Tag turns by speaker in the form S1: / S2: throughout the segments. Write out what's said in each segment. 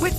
S1: With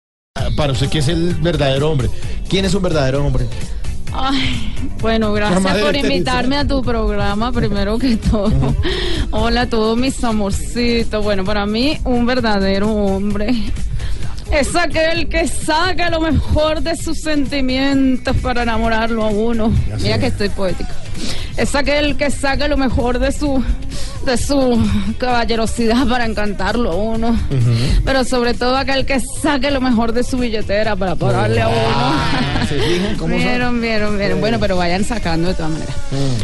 S2: Ah, Para usted, ¿qué es el verdadero hombre? ¿Quién es un verdadero hombre?
S3: Ay, bueno, gracias
S2: Madre
S3: por
S2: Teresa.
S3: invitarme a tu programa, primero que todo. Hola a todos mis amorcitos. Bueno, para mí, un verdadero hombre es aquel que saca lo mejor de sus sentimientos para enamorarlo a uno. Mira que estoy poética. Es aquel que saca lo mejor de su de su caballerosidad para encantarlo a uno. Pero sobre todo aquel que saque lo mejor de su billetera para pararle a uno.
S2: ¿Se fijan cómo son?
S3: Vieron, vieron, vieron. Bueno, pero vayan sacando de todas maneras.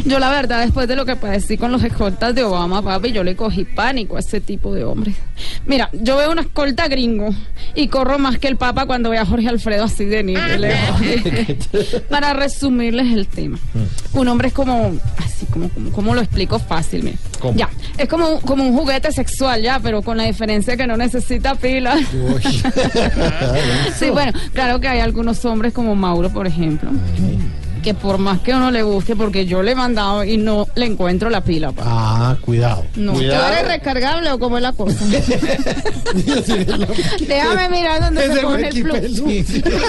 S3: Yo la verdad, después de lo que padecí con los escoltas de Obama, papi, yo le cogí pánico a ese tipo de hombres. Mira, yo veo una escolta gringo y corro más que el papa cuando ve a Jorge Alfredo así de nivel. Para resumirles el tema. Un hombre es como, así como, como, como lo explico fácil, mira.
S2: ¿Cómo?
S3: Ya, es como, un- como un juguete sexual ya, pero con la diferencia que no necesita pilas.
S2: Uy.
S3: Sí, bueno, claro que hay algunos hombres como Mauro, por ejemplo, que por más que uno le guste, porque yo le he mandado y no le encuentro la pila. pa.
S2: Ah, cuidado.
S3: No, ¿tú
S2: cuidado.
S3: eres recargable o cómo es la cosa? Déjame mirar dónde se
S2: Ese
S3: pone el plug.
S2: Wikipedia.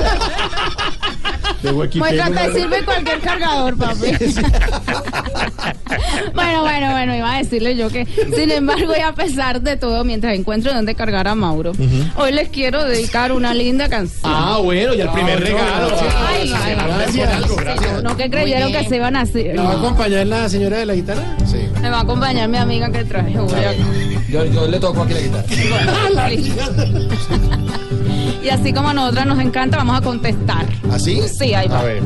S2: De Wikipedia.
S3: Muestra que sirve cualquier cargador, papi. bueno, bueno, bueno, iba a decirle yo que, sin embargo, y a pesar de todo, mientras encuentro dónde cargar a Mauro, hoy les quiero dedicar una linda canción.
S2: Ah, bueno, y el primer regalo.
S3: Ay, ay,
S2: Gracias.
S3: ay, no que creyeron que se iban a hacer.
S2: ¿La va a acompañar la señora de la guitarra? Sí.
S3: Me va a acompañar mi amiga que traje hoy acá.
S4: Yo, yo le toco aquí la guitarra.
S3: Y así como a nosotras nos encanta, vamos a contestar.
S4: ¿Ah,
S2: ¿Así?
S3: Sí, ahí va.
S2: ¿Ah, A ver.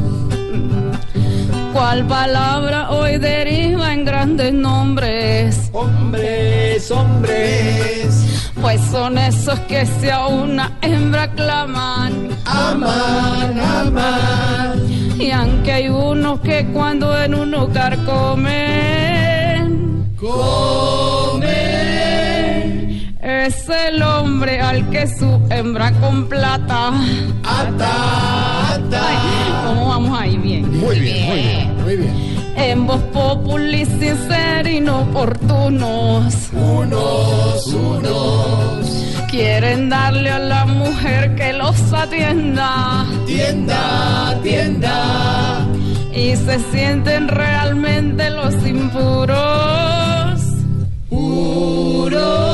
S3: ¿Cuál palabra hoy deriva en grandes nombres?
S2: Hombres, hombres,
S3: Pues son esos que si a una hembra claman.
S2: aman, aman.
S3: Y aunque hay unos que cuando en un lugar comen, comen. Es el hombre al que su hembra con plata.
S2: Ata, ata.
S3: ¿Cómo vamos ahí bien?
S2: Muy bien, muy bien, muy bien.
S3: En voz populi sin ser inoportunos.
S2: Unos, unos,
S3: Quieren darle a la mujer que los atienda.
S2: tienda, tienda.
S3: Y se sienten realmente los impuros.
S2: Puros,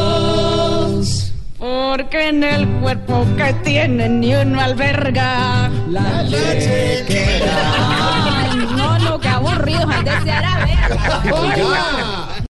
S3: Porque en el cuerpo que tienen ni uno alberga.
S2: la leche queda.
S3: Ay, no, no, qué aburrido, gente se hará verga.
S2: Oiga.